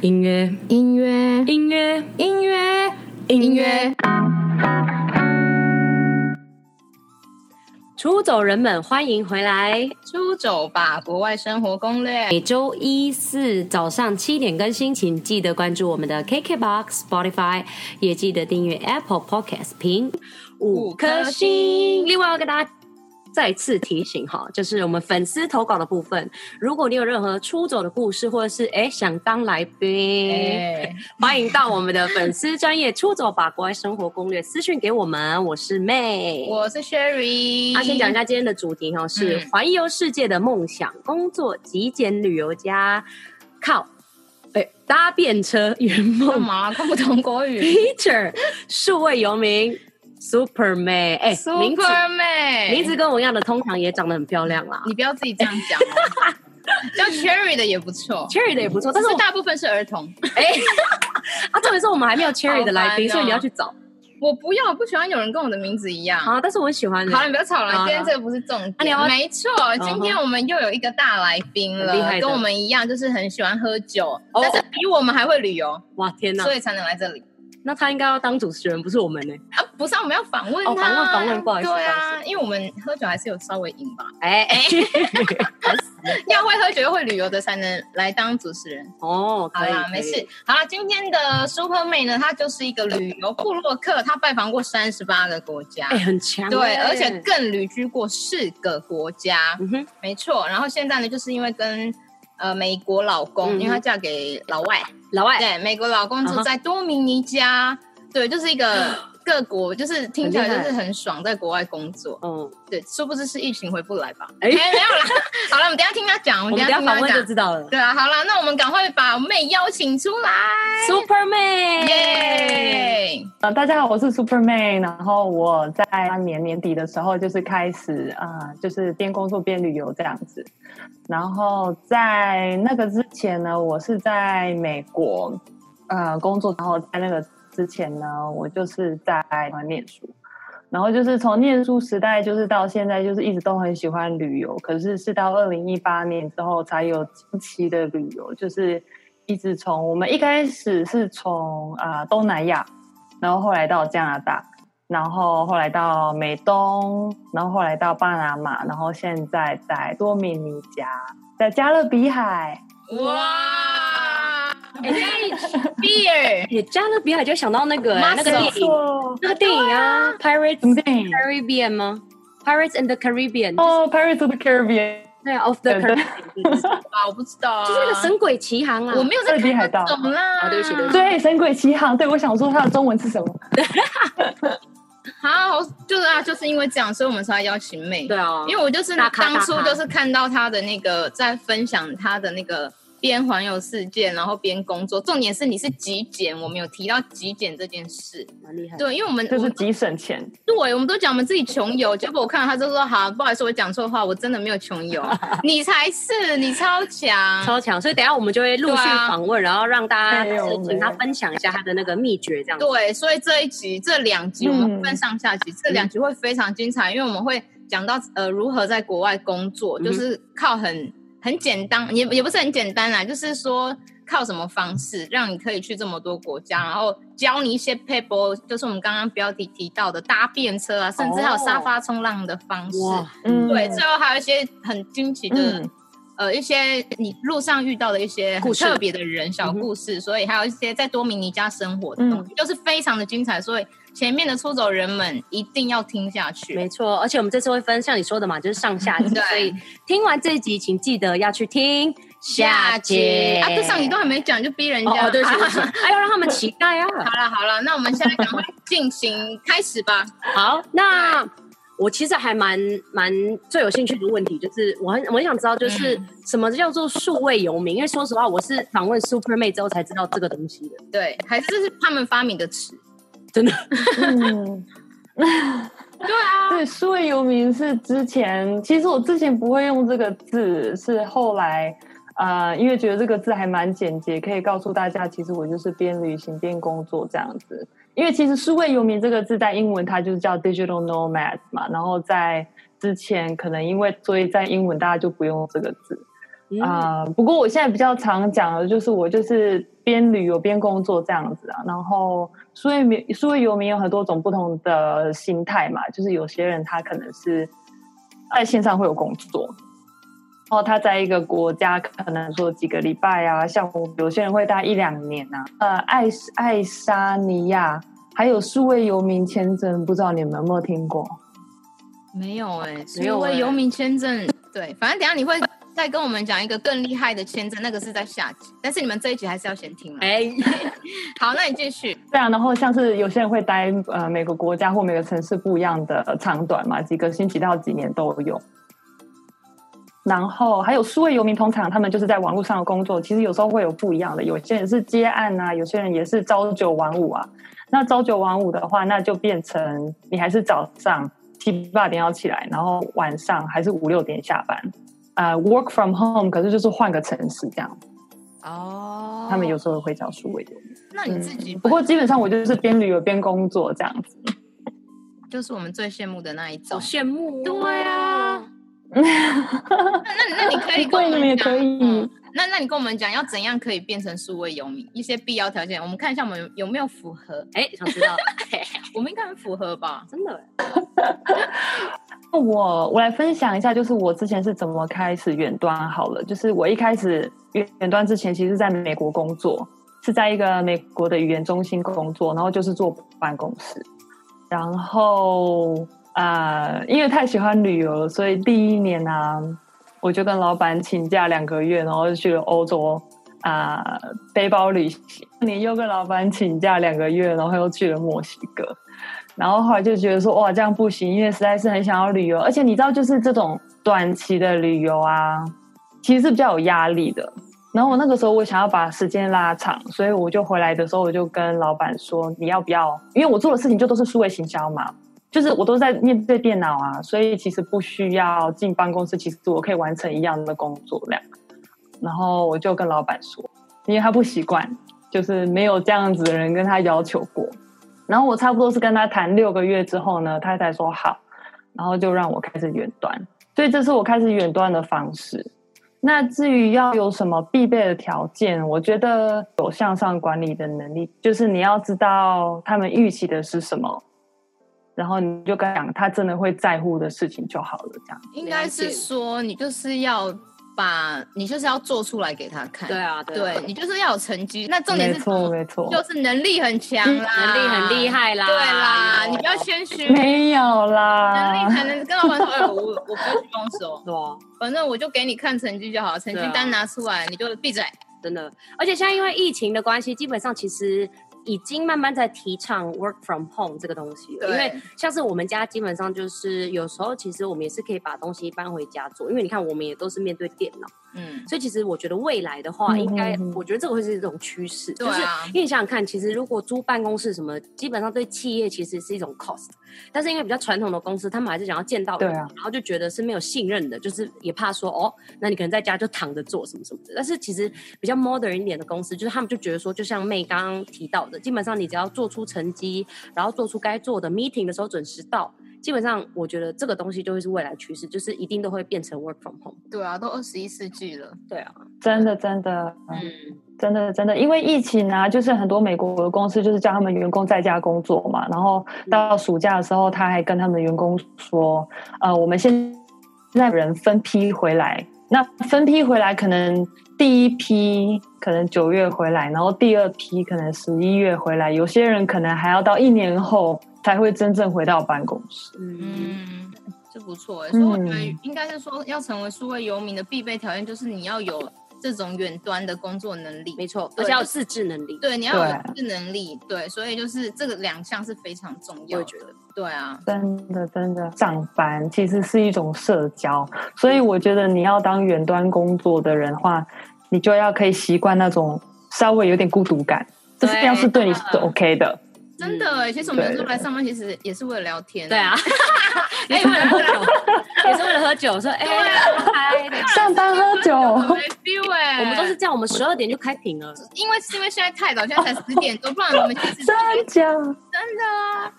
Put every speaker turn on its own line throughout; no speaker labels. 音乐，
音乐，
音乐，
音乐，
音乐。出走人们，欢迎回来！
出走吧，国外生活攻略。
每周一、四早上七点更新，请记得关注我们的 KKBOX、Spotify，也记得订阅 Apple Podcast，评五颗星。另外，要跟大家再次提醒哈，就是我们粉丝投稿的部分，如果你有任何出走的故事，或者是哎想当来宾，
哎，
欢迎到我们的粉丝专业出走吧国外生活攻略私讯给我们。我是妹，
我是 Sherry。
那、啊先讲一下今天的主题哦，是
嗯
环游世界的梦想工作极简旅游家，靠，哎、搭便车圆
干
梦
嘛？看不懂国语。
Peter 数位游民 Super 妹， 哎、名字
Super 妹，
名字跟我一样的，通常也长得很漂亮啦。
你不要自己这样讲 哦。叫 Cherry 的也不错，
Cherry 的也不错，但
但
是
是
我
大部分是儿童。
哎，啊，重点是我们还没有 Cherry 的来宾，
好
所
烦哦
以你要去找。
我不要，我不喜欢有人跟我的名字一样。
好，但是我很喜欢你。
好了，你不要吵了，
好啊
今天这个不是重
那你
点。
要不要
没错，今天我们又有一个大来宾
很厉害
了，
的哦
跟我们一样，就是很喜欢喝酒，但是比我们还会旅游，
哇，天哪！
所以才能来这里。
那他应该要当主持人，不是我们呢、
啊，不是啊，我们要访问
哦
他，
访问访问不好意思
对
不好
啊，因为我们喝酒还是有稍微赢吧，
哎哎，
要会喝酒又会旅游的才能来当主持人。
哦，
好
可以
啦，，没
可以
事。好啦，今天的 Super 妹呢，她就是一个旅游部落客，她拜访过三十八个国家。
哎、很强、
对，
哎
而且更旅居过四个国家，
嗯哼，
没错。然后现在呢，就是因为跟呃美国老公，
嗯
因为她嫁给老外，
老外，
对，美国老公
啊
住
哈
在多米尼加，对，就是 一个各国，就是听起来
很厉
就
害
是很爽，在国外工作。
哦，
对，殊不知是疫情回不来吧？
哎
哎、没有啦， 好了，我们等一下听他讲，
我
我们
们
等
等一下
一下听
访
他
问就
讲。
知道了。
对啊，好了，那我们赶快把妹邀请出来，
Super Man，耶！
耶！
呃，大家好，我是 Super May。然后我在年年底的时候，就是开始啊、呃就是边工作边旅游这样子。然后在那个之前呢，我是在美国呃工作，然后在那个之前呢，我就是在台湾念书。然后就是从念书时代，就是到现在，就是一直都很喜欢旅游。可是是到二零一八年之后，才有近期的旅游，就是一直从我们一开始是从啊、呃东南亚，然后后来到加拿大，然后后来到美东，然后后来到巴拿马，然后现在在多米尼加，在加勒比海。
哇，毕业
哎你加勒比海就想到那个、那
Muscle
个电
没
影，
错，
那个电影啊，
什么
Pirates
电影？
Caribbean》吗？Pirates and the Caribbean，、
哦，《Pirates of the Caribbean》
对啊，Of the
对对
Caribbean，就是
哇，我不知道、啊，
就是那个神鬼奇航啊。
我没有
加
在
勒比海盗。
懂啦、
啊对不起
嗯
对不起
对，《神鬼奇航》。对，我想说它的中文是什么？
好，就是啊，就是因为这样，所以我们才邀请妹。
对啊，
因为我就是
大咖
当初
大咖
就是看到他的那个在分享他的那个边环游世界，然后边工作。重点是你是极简，我们有提到极简这件事。
蛮厉害。
对，因为我们
就
我
是
们
极省钱。
对，我们都讲我们自己穷游，结果我看到他就说好，不好意思，我讲错话，我真的没有 穷游，你才是，你超强。
超强，所以等一下我们就会陆续
啊对啊
访问，然后让大家
哎呦
就是请他分享一下他的那个秘诀，这样子。
对，所以这一集这两集我们
嗯
分上下集，这两集会非常精彩，因为我们会讲到呃如何在国外工
嗯
作，
哼
就是靠很很简单，也也不是很简单啦，就是说靠什么方式让你可以去这么多国家，然后教你一些 people，就是我们刚刚标题提到的搭便车啊，甚至还有沙发冲浪的方式。
哦哇，
嗯，
对，最后还有一些很惊奇的、
嗯
呃一些你路上遇到的一些很
故事嗯
特别的人小故事，所以还有一些在多米尼加生活的东西，就是非常的精彩。所以前面的出走人们一定要听下去。
没错，而且我们这次会分像你说的嘛，就是上下集，
对
所以听完这一集，请记得要去听
集
集
啊，这上集都还没讲就逼人
哦
家，
哦，对不起，
好
对不起，哎，要让他们期待啊！
了 好了，那我们现在赶快进行开始吧。
好，那我其实还蛮蛮最有兴趣的问题，就是我很我很想知道，就是
嗯
什么叫做数位游民？因为说实话，我是访问 Super 妹之后才知道这个东西的，
对，还是是他们发明的词。
真的。
嗯，
对啊，
对，数位游民是之前，其实我之前不会用这个字，是后来，呃，因为觉得这个字还蛮简洁，可以告诉大家，其实我就是边旅行边工作这样子。因为其实数位游民这个字在英文它就是叫 digital nomad 嘛，然后在之前可能因为所以在英文大家就不用这个字。
嗯
啊、不过我现在比较常讲的就是我就是边旅游边工作这样子啊，然后数位民数位游民有很多种不同的心态嘛，就是有些人他可能是在线上会有工作，然后他在一个国家可能说几个礼拜啊，像我有些人会待一两年啊，呃，爱爱沙尼亚还有数位游民签证，不知道你们有没有听过？
没有哎、所
没
以
有
我
欸
游民签证，对，反正等一下你会再跟我们讲一个更厉害的签证，那个是在下集，但是你们这一集还是要先听了。
哎，
好，那你继续。
对啊，然后像是有些人会待呃每个国家或每个城市不一样的长短嘛，几个星期到几年都有。然后还有数位游民，通常他们就是在网络上的工作，其实有时候会有不一样的，有些人是接案啊，有些人也是朝九晚五啊。那朝九晚五的话，那就变成你还是早上七八点要起来，然后晚上还是五六点下班。呃，work from home，可是就是换个城市这样。
哦
他们有时候会叫数位游民。
那你自己
嗯不过基本上我就是边旅游边工作这样子。
就是我们最羡慕的那一
好
种。
羡慕哦。
对 啊那那那你可 以
不
跟
会
我
你
们
也
讲，
可以
嗯那那你跟我们讲要怎样可以变成数位游民一些必要条件，我们看一下我们有有没有符合，
哎，想知 道，
我们应该很符合吧？
真的
那我我来分享一下，就是我之前是怎么开始远端好了。就是我一开始远远端之前，其实在美国工作，是在一个美国的语言中心工作，然后就是坐办公室。然后呃，因为太喜欢旅游了，所以第一年呢、啊我就跟老板请假两个月，然后就去了欧洲啊、背包旅行。你又跟老板请假两个月，然后又去了墨西哥。然后后来就觉得说，哇，这样不行，因为实在是很想要旅游，而且你知道，就是这种短期的旅游啊，其实是比较有压力的。然后我那个时候我想要把时间拉长，所以我就回来的时候，我就跟老板说，你要不要？因为我做的事情就都是数位行销嘛，就是我都在面对电脑啊，所以其实不需要进办公室，其实我可以完成一样的工作量。然后我就跟老板说，因为他不习惯，就是没有这样子的人跟他要求过。然后我差不多是跟他谈六个月之后呢，他才说好，然后就让我开始远端。所以这是我开始远端的方式。那至于要有什么必备的条件，我觉得有向上管理的能力，就是你要知道他们预期的是什么，然后你就跟他讲他真的会在乎的事情就好了。这样
应该是说你就是要把你就是要做出来给他看，
对啊，对啊
对，你就是要有成绩。那重点
没
是
错没错，
就是能嗯力很强啦，
能力很厉，害啦，
对啦，
哎呦
你不要谦虚，
没有
能力
啦，
才能跟老板说，哎，我我不会去帮手，
对啊
反正我就给你看成绩就好，成绩
对啊
单拿出来，你就闭嘴。
真的。而且现在因为疫情的关系，基本上其实已经慢慢在提倡 work from home 这个东西了。因为
对
像是我们家基本上就是有时候其实我们也是可以把东西搬回家做，因为你看我们也都是面对电脑，
嗯，
所以其实我觉得未来的话，
嗯
应该、
嗯嗯
我觉得这个会是一种趋势，
对
就是
啊
因为你想想看，其实如果租办公室什么，基本上对企业其实是一种 cost，但是因为比较传统的公司，他们还是想要见到人，
对啊
然后就觉得是没有信任的，就是也怕说哦，那你可能在家就躺着做什么什么的。但是其实比较 modern 一点的公司，就是他们就觉得说，就像妹刚刚提到的，基本上你只要做出成绩，然后做出该做的 meeting 的时候准时到。基本上，我觉得这个东西就会是未来趋势，就是一定都会变成 work from home。
对啊，都二十一世纪了，
对啊，
真的真的，
嗯，
真的真的，因为疫情啊，就是很多美国的公司就是叫他们员工在家工作嘛，然后到暑假的时候，他还跟他们的员工说，呃，我们现在人分批回来，那分批回来可能第一批可能九月回来，然后第二批可能十一月回来，有些人可能还要到一年后才会真正回到办公室。
嗯，
嗯，这不错欸。所以我觉得应该是说，要成为数位游民的必备条件，就是你要有这种远端的工作能力。
没错，
对
而且要有自制能力。
对，你要有这能力，对，所以就是这个两项是非常重要
我
的。
也觉得
对啊，
真的，真的，上班其实是一种社交，所以我觉得你要当远端工作的人的话，你就要可以习惯那种稍微有点孤独感，这
对
样是对你是
真的
OK 的。
真的欸，其实我们有时候来上班，其实也是为了聊天。
嗯对啊，也
哎
是为了喝酒， 也是为了喝酒，说哎，嗨，
上班喝酒，
我没 feel 哎，
我们都是这样，我们十二点就开屏了。
因为是因为现在太早，现在才十点多，不然我们 其实
真假？
真的啊，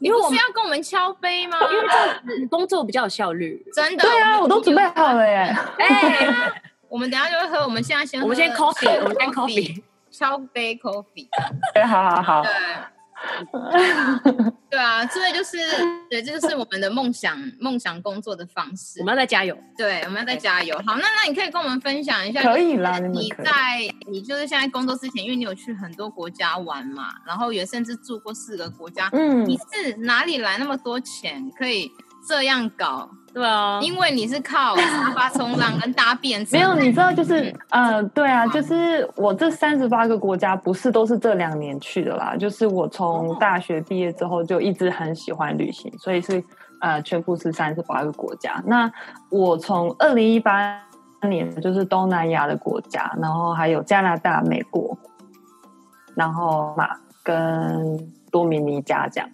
因为我
不是
们哦
要跟我们敲杯吗？
因为这样子工作比较有效率。
真的，啊
对啊，我都准备好了耶。
哎，
我我们等一下就会喝，我们现在先喝
我们先 coffee，我们先 coffee
敲杯 coffee，
对，好好好，
对， 对啊，所以就是对，这就是我们的梦想梦想工作的方 式
我。们要再加油。
对，我们要再加油。好，那那你可以跟我们分享一下，
可以啦，
就是
你们
你
可以。
在你就是现在工作之前，因为你有去很多国家玩嘛，然后也甚至住过四个国家，
嗯
你，是哪里来那么多钱可以这样搞？
对啊，
因为你是靠沙发冲浪跟搭便车，
没有，你知道就是，呃，对啊，就是我这三十八个国家不是都是这两年去的啦，就是我从大学毕业之后就一直很喜欢旅行，所以是呃，全部是三十八个国家。那我从二零一八年就是东南亚的国家，然后还有加拿大、美国，然后嘛跟多米尼加这样。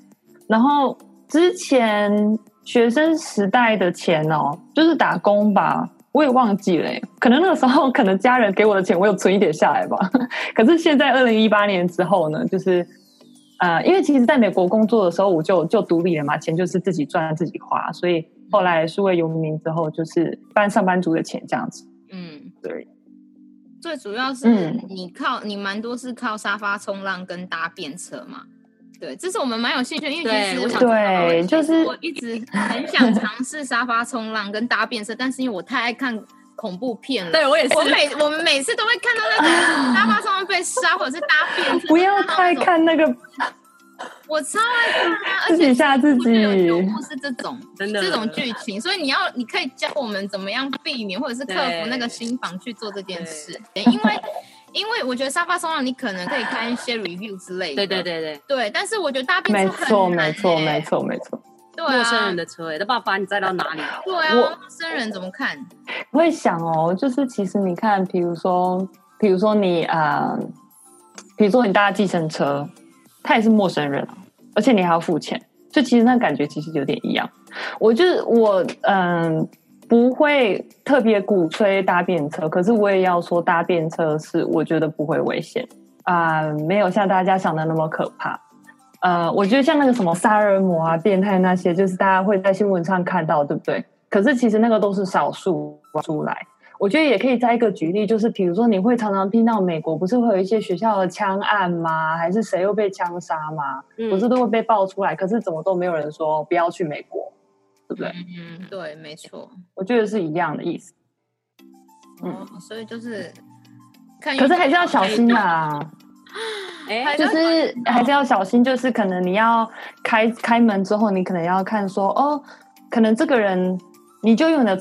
然后之前学生时代的钱哦，就是打工吧，我也忘记了耶，可能那个时候可能家人给我的钱，我有存一点下来吧。 可是现在二零一八年之后呢，就是呃，因为其实在美国工作的时候，我就就独立了嘛，钱就是自己赚自己花，所以后来数位游民之后，就是搬上班族的钱这样子。
嗯，
对，
最主要是
嗯
你靠、你蛮多是靠沙发冲浪跟搭便车嘛。对，这是我们蛮有兴趣的，因为
对
其实
我想
我
对，就是
我一 直很想尝试沙发冲浪跟搭便车，但是因为我太爱看恐怖片了。
对我也是
我，每我们每次都会看到那种沙发冲浪被杀，或者是搭便车，
不要太看那
嗯
个
我超爱看啊！而
自己
且
吓自
我觉得有
己
九。部是这种
真的
这种剧情，所以你要你可以教我们怎么样避免或者是克服那个心防去做这件事，因为因为我觉得沙发冲浪你可能可以看一些 review 之类 的，
对对对对，
对，但是我觉得大便
没
车
错，
很难、欸，
没错，没，错，没错。
对
陌生
啊
人，的车、欸，那爸爸你载到哪里？
对啊，
我
陌生人怎么看？
我会想哦，就是其实你看，比如说，比如说你啊、呃比如说你搭计程车，他也是陌生人啊，而且你还要付钱，就其实那感觉其实有点一样。我就是我，嗯、不会特别鼓吹搭便车，可是我也要说搭便车是我觉得不会危险啊、没有像大家想的那么可怕。呃，我觉得像那个什么杀人魔啊、变态那些，就是大家会在新闻上看到，对不对？可是其实那个都是少数出来。我觉得也可以再一个举例，就是比如说你会常常听到美国不是会有一些学校的枪案吗？还是谁又被枪杀吗？
嗯
不是都会被爆出来，可是怎么都没有人说不要去美国，对不对？
嗯，对，没错，
我觉得是一样的意思，
哦，所以就是看，
嗯可是还是要小心啊啦。
哎、
还
就是还是要小心，就是可能你要开开门之后，你可能要看说哦，可能这个人你就用你的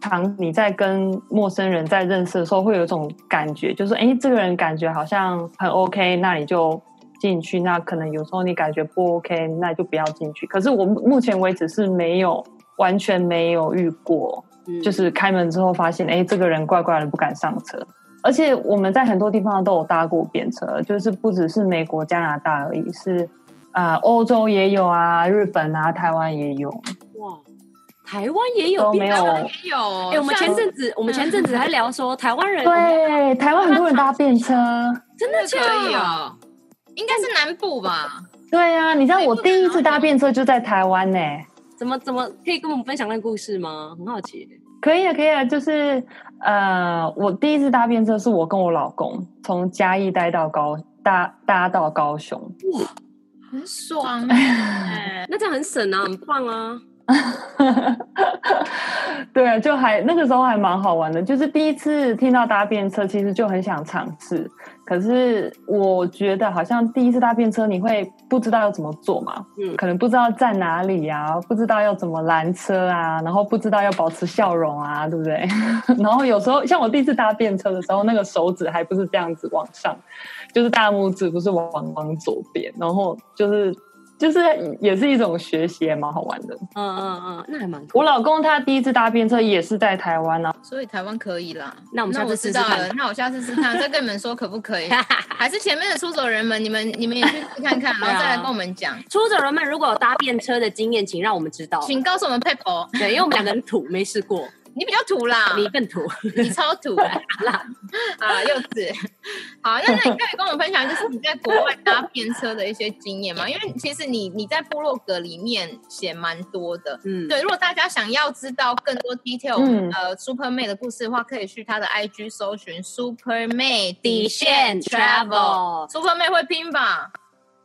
常你在跟陌生人在认识的时候，会有一种感觉，就是哎，诶这个人感觉好像很 OK，那你就进去。那可能有时候你感觉不 OK，那就不要进去。可是我目前为止是没有完全没有遇过，
嗯
就是开门之后发现，哎，这个人怪怪的，不敢上车。而且我们在很多地方都有搭过便车，就是不只是美国、加拿大而已，是啊、呃欧洲也有啊，日本啊、台湾也有，
哇，台湾也有
都没
地方
有
啊。
也有，哦
哎、我们前阵子我们前阵子还聊说台湾 人哦
对，台湾很多人搭便车。
真的
可
假的
以哦，应该是南部吧？
对啊，你知道我第一次搭便车就在台湾呢、
怎么怎么可以跟我们分享那个故事吗？很好奇。
可以啊，可以啊，就是呃，我第一次搭便车是我跟我老公从嘉义待到高搭搭到高雄，
很 爽、欸，
那这样很省啊，很棒啊。
对啊，就还那个时候还蛮好玩的，就是第一次听到搭便车，其实就很想尝试。可是我觉得好像第一次搭便车，你会不知道要怎么做嘛，
嗯
可能不知道站哪里啊，不知道要怎么拦车啊，然后不知道要保持笑容啊，对不对？ 然后有时候像我第一次搭便车的时候，那个手指还不是这样子往上，就是大拇指不是往往左边，然后就是就是也是一种学习，也蛮好玩的。
嗯嗯嗯，那还蛮
我
酷。
老公他第一次搭便车也是在台湾啊，
所以台湾可以啦。
那我们下次试
知
试
道
看
了，那我下次试 看，再跟你们说可不可以？还是前面的出走人们，你们你们也去试 看看，然后再
啊
来跟我们讲，
出走人们如果有搭便车的经验，请让我们知道。
请告诉我们 p e p l
对，因为我们两个人土没试过。
你比较土啦，
你更土，
你超土的啦 啊，柚子。好，那那你可以跟我们分享，就是你在国外搭便车的一些经验嘛？因为其实你你在部落格里面写蛮多的，
嗯，
对。如果大家想要知道更多 detail，、
嗯
呃，Super May 的故事的话，可以去她的 IG 搜寻 Super May
底线 travel
Super May 会拼吧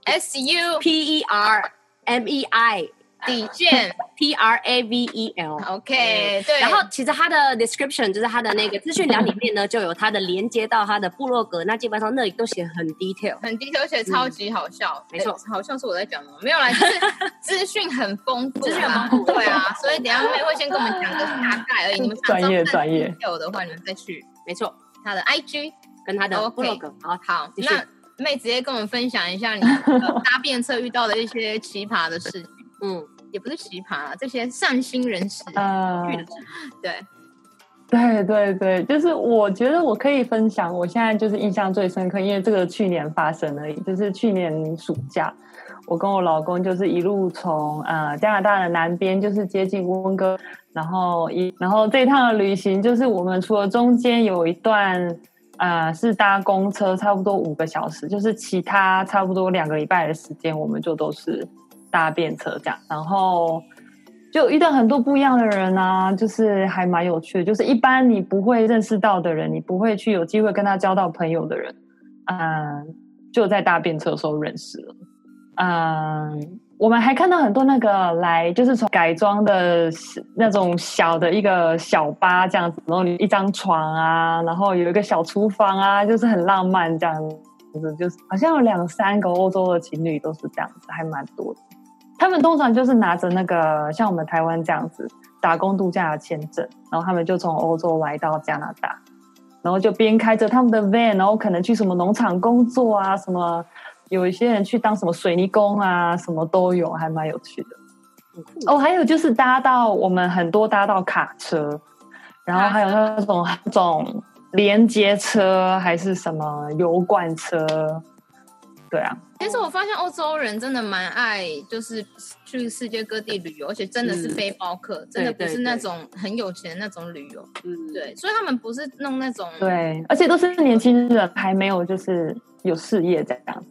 ？S U
P E R M E I
底 线
P R A V E L。
，OK，对。哦
然后其实它的 description 就是它的那个资讯栏里面呢，就有它的连接到它的部落格，那基本上那里都写很 detail。
很低头，而且超级好笑。
嗯没错
诶好像是我在讲吗？没有啦，就是 资讯很丰富啦，
资讯很丰富
对啊。所以等一下妹会先跟我们讲个大概而已。你们想知道
专业
更
专业
detail 的话，你们再去
没错，
他的 IG。
跟它的
OK
部落格。好，
好，
继续
那妹直接跟我们分享一下 你呃搭便车遇到的一些奇葩的事情，
嗯，
也不是奇葩啦，这些善心人士。
呃，
去的是
对，
对对对，就是我觉得我可以分享，我现在就是印象最深刻，因为这个去年发生而已，就是去年暑假，我跟我老公就是一路从呃加拿大的南边，就是接近温哥，然后一然后这趟的旅行就是我们除了中间有一段。呃，是搭公车差不多五个小时，就是其他差不多两个礼拜的时间，我们就都是搭便车这样。然后就遇到很多不一样的人啊，就是还蛮有趣的。就是一般你不会认识到的人，你不会去有机会跟他交到朋友的人，嗯、就在搭便车的时候认识了。嗯，我们还看到很多那个来，就是从改装的那种小的一个小巴这样子，然后你一张床啊，然后有一个小厨房啊，就是很浪漫这样子，啊就是好像有两三个欧洲的情侣啊都是这样子，还蛮多的。他们通常就是拿着那个像我们台湾这样子打工度假的签证，然后他们就从欧洲来到加拿大，然后就边开着他们的 van，然后可能去什么农场工作啊，什么有一些人去当什么水泥工啊，什么都有，还蛮有趣的。
很酷
哦，还有就是搭到我们很多搭到卡车，然后还有那种那种连接车还是什么油罐车，对啊，
其实我发现欧洲人真的蛮爱，就是去世界各地旅游，而且真的是
嗯
背包客，真的不
对对
是那
对
种很有钱的那种旅游。
嗯，
对，所以他们不是弄那种，
对，而且都是年轻人，还没有就是有事业这样。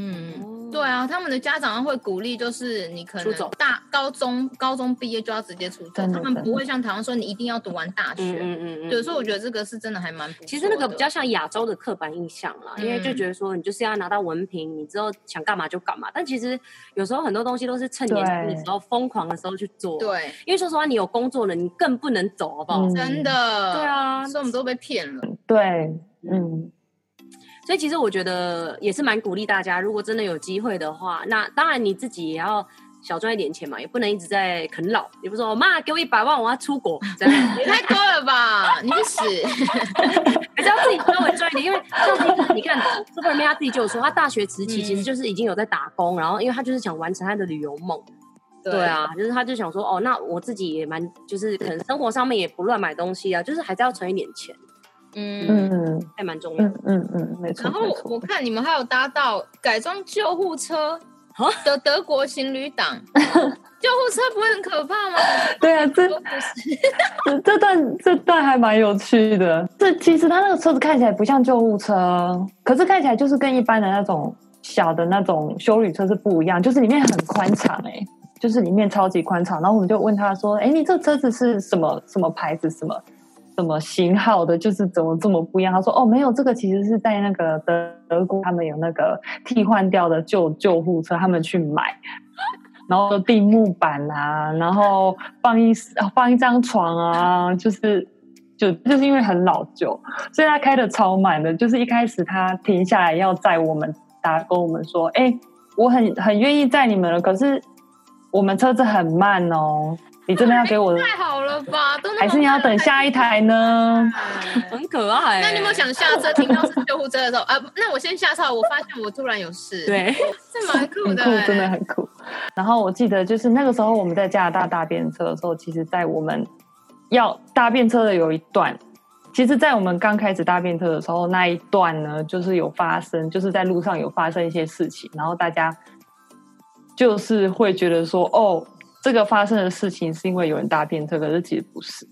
嗯，
哦
对，啊，他们的家长会鼓励，就是你可
出
能
走
大高中高中毕业就要直接出走，
真的
他们
真的
不会像台湾说你一定要读完大
嗯
学。
嗯嗯嗯，
对，所以我觉得这个是真的还蛮不错的。
其实那个比较像亚洲的刻板印象啦，
嗯
因为就觉得说你就是要拿到文凭，你之后想干嘛就干嘛。但其实有时候很多东西都是趁年轻的时候、疯狂的时候去做。，
对，
因为说实话，你有工作了，你更不能走，好不好？
嗯
真的，
对，啊，
所以我们都被骗了。
对，嗯，
所以其实我觉得也是蛮鼓励大家，如果真的有机会的话，那当然你自己也要小赚一点钱嘛，也不能一直在啃老。也不是说妈给我一百万，我要出国，这样
啊
也太多了吧！你去 死！
还是要自己稍微赚一点，因为像其实你看 Superman 他自己就有说，他大学时期
嗯
其实就是已经有在打工，然后因为他就是想完成他的旅游梦，对，啊，就是他就想说，哦，那我自己也蛮，就是可能生活上面也不乱买东西啊，就是还是要存一点钱，
嗯。
嗯
还蛮重要的。
嗯嗯嗯，没错
然后
没
我我
错。
看你们还有搭到改装救护车
啊
的德国情侣 档，救护车不会很可怕吗？
对啊，这
都不是
这这段这段还蛮有趣的。这其实它那个车子看起来不像救护车，可是看起来就是跟一般的那种小的那种修理车是不一样，就是里面很宽敞哎、就是里面超级宽敞。然后我们就问他说：“哎，你这车子是什么什么牌子什么？”什么型号的，就是怎么这么不一样？他说：“哦，没有，这个其实是在那个德德国，他们有那个替换掉的旧救护车，他们去买，然后地木板啊，然后放一放一张床啊，就是就就是因为很老旧，所以他开的超满的。就是一开始他停下来要载我们搭，跟我们说：“哎、我很很愿意载你们了，可是我们车子很慢哦，你真的要给我，
太好了吧？都那么
还是你要等下一台呢？”
慢了
很可爱欸、
嗯那你有没有想下车听到是救护车的时候啊？不那我先下车，我发现我突然有事，，
对，
这蛮酷
很
的、
酷，
欸，
真的很酷。然后我记得就是那个时候我们在加拿大搭便车的时候，其实，在我们要搭便车的有一段，其实，在我们刚开始搭便车的时候那一段呢，就是有发生，就是在路上有发生一些事情，然后大家就是会觉得说，哦，这个发生的事情是因为有人搭便车，可是其实不是。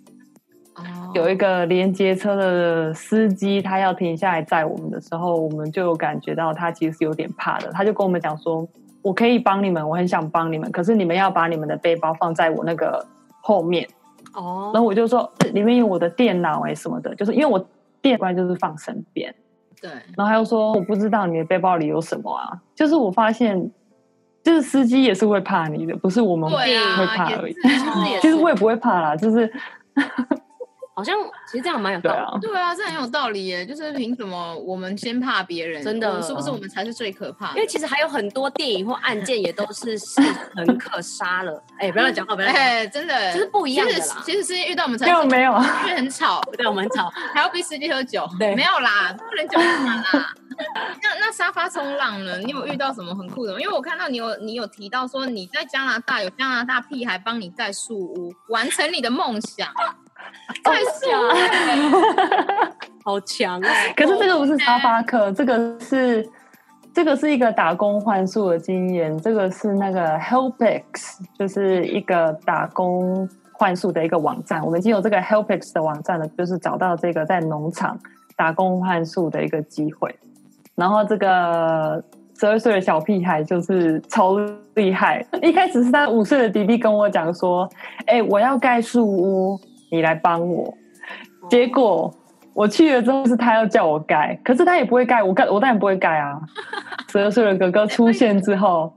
哦
有一个连接车的司机，他要停下来载我们的时候，我们就有感觉到他其实有点怕的。他就跟我们讲说：“我可以帮你们，我很想帮你们，可是你们要把你们的背包放在我那个后面。”然
哦，
后我就说：“里面有我的电脑哎、什么的，就是因为我电关就是放身边。”
对，啊
然后他又说：“我不知道你的背包里有什么啊。”就是我发现，就是司机也是会怕你的，不是我们
对啊
会怕而已。
也是
哦
其实我也不会怕啦，就是
好像其实这样蛮有
对
道理的。
啊，
对啊，这很有道理耶，就是凭什么我们先怕别人？
真的
我们是不是我们才是最可怕的？
因为其实还有很多电影或案件也都是是乘客杀了，哎、不要乱讲话，不要乱讲话，
哎，真的
就是不一样的
其实
啦
其实是遇到我们才
没有没有，啊
因为很吵，
对，我们很吵。
还要逼司机喝酒。
对
没有啦，不能酒嘛 啦。那那沙发冲浪呢？你有遇到什么很酷的吗？因为我看到你有你有提到说你在加拿大有加拿大屁孩帮你盖树屋，完成你的梦 想。盖树屋欸，
好 强哦！
可是这个不是沙发客，这个是这个是一个打工换宿的经验，这个是那个 Helpix，就是一个打工换宿的一个网站。我们已经有这个 Helpix 的网站了，就是找到这个在农场打工换宿的一个机会。然后这个十二岁的小屁孩就是超厉害，一开始是他五岁的弟弟跟我讲说：“哎、我要盖树屋，你来帮我。”结果我去了之后是他要叫我盖，可是他也不会盖，我盖我当然不会盖啊。十二岁的哥哥出现之后，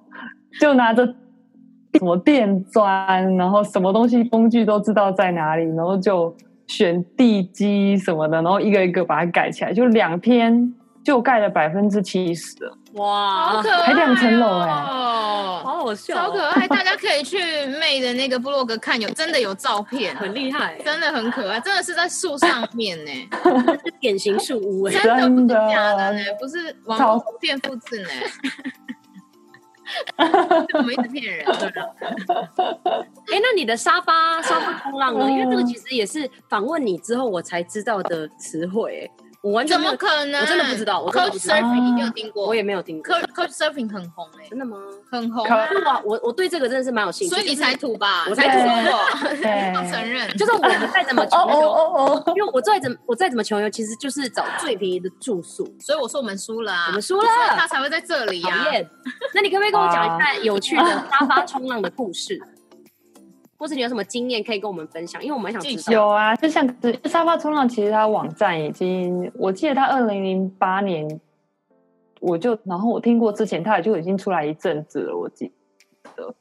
就拿着什么电钻，然后什么东西工具都知道在哪里，然后就选地基什么的，然后一个一个把它盖起来，就两天就盖了百分之七十了。
哇
好，可爱、哦，哦
还两层楼哎
好好笑、
超可
哦，
爱！大家可以去妹的那个部落格看，有真的有照片，
很厉害，
真的很可爱，真的是在树上面呢、
是典型树屋 哎、
真的不
真
是
的
假的呢，不是网络图片复制呢。我们一直骗 人，对吧
哎、那你的沙发沙发冲浪呢？
嗯
因为这个其实也是访问你之后我才知道的词汇、哎，我完全
怎
没
么
有，
可能？
我真的不知道我真的不
Coach
知道
surfing 你没有听过？
我也没有听过，
Coach Coach surfing 很红哎，
真的吗？
很红啊，
哇，我我对这个真的是蛮有兴趣，
所以你才土吧？
我
才
才
土过，
对
不承认。
就是我们再怎么
哦
穷游，
哦哦哦，
因为我再怎么我再怎么穷游，其实就是找最便宜的住宿。
所以我说我们输了啊，
我们输了
所以他才会在这里啊
讨
呀。
厌。那你可不可以跟我讲一下有趣的沙发冲浪的故事，或是你有什么经验可以跟我们分享？因为我蛮想知道。
有啊，就像是沙发冲浪，其实它网站已经，我记得它二零零八年，我就然后我听过之前它也就已经出来一阵子了，我记得。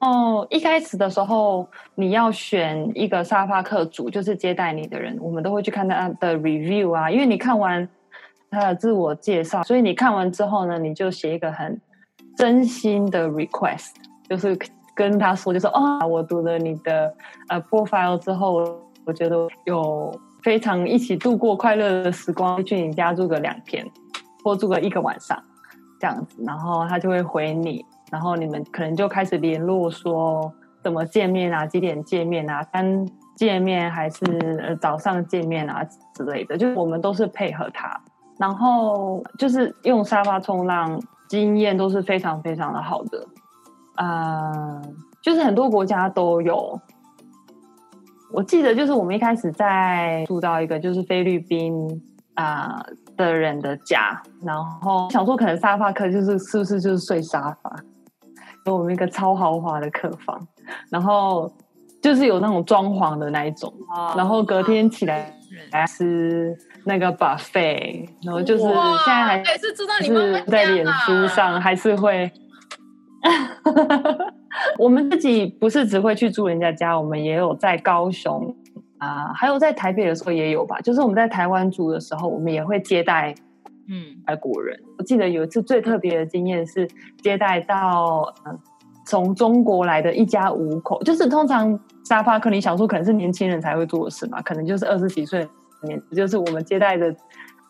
哦，一开始的时候你要选一个沙发客主，就是接待你的人，我们都会去看他的 review 啊，因为你看完他的自我介绍，所以你看完之后呢，你就写一个很真心的 request，就是跟他说，就说哦，我读了你的呃 profile 之后，我觉得有非常一起度过快乐的时光，去你家住个两天，或住个一个晚上这样子，然后他就会回你，然后你们可能就开始联络说怎么见面啊，几点见面啊，单见面还是呃早上见面啊之类的，就是我们都是配合他，然后就是用沙发冲浪经验都是非常非常的好的，呃，就是很多国家都有。我记得就是我们一开始在住到一个就是菲律宾啊、的人的家，然后想说可能沙发客就是是不是就是睡沙发，有我们一个超豪华的客房，然后就是有那种装潢的那一种，然后隔天起来吃那个 buffet，然后就是
哇
现在还
哎是住到你妈妈
是
家
在脸书上
啊
还是会。 我们自己不是只会去住人家家，我们也有在高雄啊、还有在台北的时候也有吧。就是我们在台湾住的时候，我们也会接待
嗯，
外国人。我记得有一次最特别的经验是接待到呃从、中国来的一家五口，就是通常沙发客，你想说可能是年轻人才会做的事嘛，可能就是二十几岁的年纪，就是我们接待的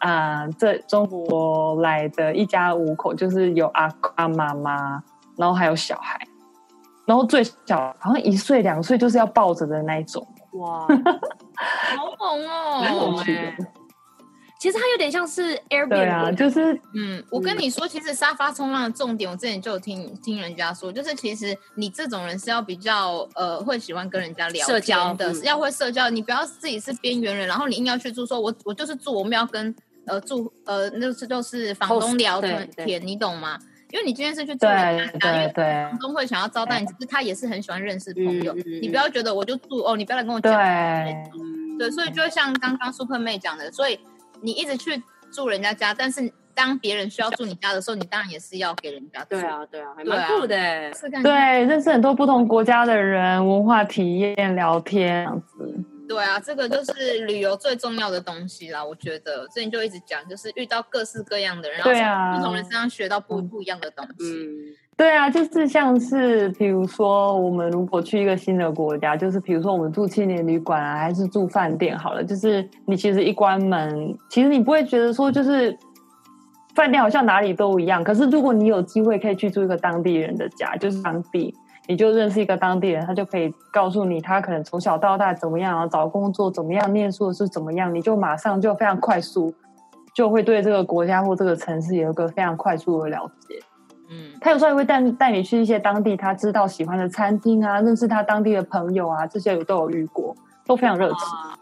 啊、呃这中国来的一家五口，就是有阿公阿妈妈，然后还有小孩。然后最小好像一岁两岁就是要抱着的那一种，
哇，
好猛
蛮
蛮
有
有
哦！
趣
趣
的
的。
其实它有点像是 Airbnb，
对啊，就是
嗯，我跟你说，其实沙发冲浪的重点，我之前就有听听人家说，就是其实你这种人是要比较呃会喜欢跟人家聊
社交
天的，
嗯
是要会社交，你不要自己是边缘人，然后你硬要去住，说我我就是住，我们要跟呃住呃那就是就是房
Host，
东聊
对
天
对，
你懂吗？因为你今天是去住
对
人家的，因
对
为
对
房东会想要招待你，其实他也是很喜欢认识朋友
嗯嗯嗯，
你不要觉得我就住哦，你不要来跟我讲，
对，
对，所以就像刚刚 Super 妹讲的，所以你一直去住人家家，但是当别人需要住你家的时候，你当然也是要给人家住。
对，啊，对啊，还
对
蛮
啊
酷的欸。
是感觉
对，认识很多不同国家的人，文化体验、聊天这样子。
对啊，这个就是旅游最重要的东西啦，我觉得。所以你就一直讲，就是遇到各式各样的人，然后
对啊
从不同人身上学到不
嗯
不一样的东西。
嗯，
对啊，就是像是比如说，我们如果去一个新的国家，就是比如说我们住青年旅馆啊，还是住饭店好了，就是你其实一关门，其实你不会觉得说就是饭店好像哪里都一样。可是如果你有机会可以去住一个当地人的家，就是当地，你就认识一个当地人，他就可以告诉你他可能从小到大怎么样，然后找工作怎么样，念书的是怎么样，你就马上就非常快速就会对这个国家或这个城市有一个非常快速的了解。
嗯，
他有时候也会带带你去一些当地他知道喜欢的餐厅啊，认识他当地的朋友啊，这些我都有遇过，都非常热情。
哦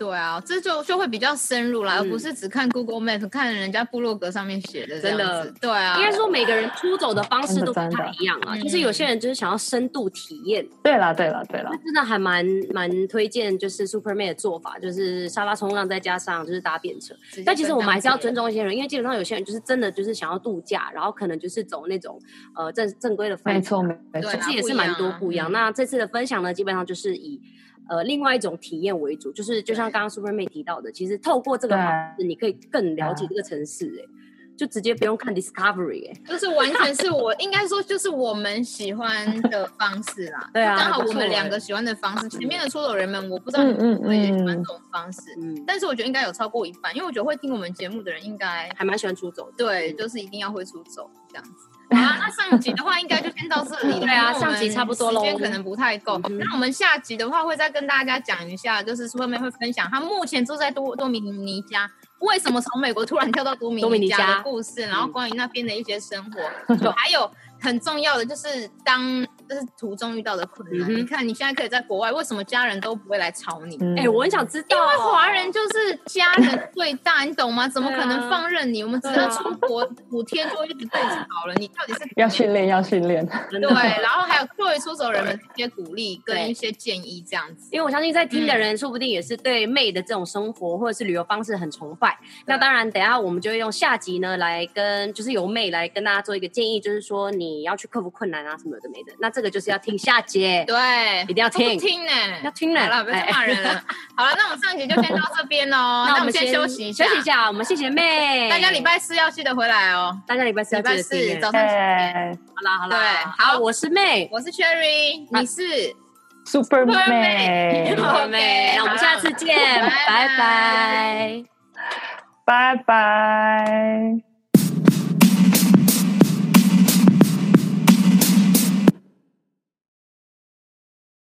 对啊，这就就会比较深入啦，
嗯
而不是只看 Google Map，看人家部落格上面写的这
真的
样子。对啊，
应该说每个人出走的方式都不
真的真
太
的
一样啊，
嗯
就是有些人就是想要深度体验，啊
对啦，对啦，对啦
那，真的还蛮蛮推荐就是 Superman 的做法，就是沙发冲浪再加上就是搭便车。
直接
但其实我们还是要
跟
尊
当
重一些人，因为基本上有些人就是真的就是想要度假，然后可能就是走那种呃正正规的饭
没
店
错，没
对
错
其
啊。
实也是蛮多不
不
一
一
样。
样
那这次的分享呢，基本上就是以呃另外一种体验为主，就是就像刚刚 Super 妹提到的，其实透过这个
对
方式，你可以更了解这个城市、哎、就直接不用看 Discovery，哎、
就是完全是我应该说就是我们喜欢的方式啦。
对啊
刚好
不错
我们两个喜欢的方式，前面的出走人们，我不知道你们
嗯嗯
会喜欢
嗯
这种方式，
嗯，
但是我觉得应该有超过一半，因为我觉得会听我们节目的人应该
还蛮喜欢出走的。
对，就是一定要会出走这样子。嗯 好啦，那上集的话应该就先到这里了。
对啊
因为我们
上集差不多咯
时间可能不太够
嗯。哼
那我们下集的话会再跟大家讲一下，就是苏妹妹会分享她目前住在多多米尼加，为什么从美国突然跳到多米
多米尼
尼加
加
的故事，然后关于那边的一些生活，就还有很重要的就是当就是途中遇到的困
嗯
难。
哼
你看你现在可以在国外，为什么家人都不会来吵你？
嗯
哎、我很想知道，哦
因为华人就是家人最大，你懂吗？怎么可能放任你？我们只
对
要
啊
出国五天就一直被吵了，你到底是
要训练，要训练。
真的
对，然后还有作为出走人们的一些鼓励跟
对
一些建议这样子。
因为我相信在听的人，说不定也是对妹的这种生活或者是旅游方式很崇拜。那当然，等一下我们就会用下集呢来跟，就是由妹来跟大家做一个建议，就是说你要去克服困难啊什么有的没的。那这个就是要听下节，
对，
一定要听
都不听呢，
要听了。
好了，不要再骂 人了。好了，那我们上集就先到这边喽。
那
那
我们
先休息一下
休，息一下。我们谢谢妹，
大家礼，拜四要记得回来哦。
大家礼拜四要
礼
记
拜
得听
四
耶。
早上九点。
对
好啦好啦，
对好
我是 妹，
我是 Cherry，你
啊
是
，Super
Superman
Man，
我是妹，那我们下次见，
拜拜
拜拜
拜拜。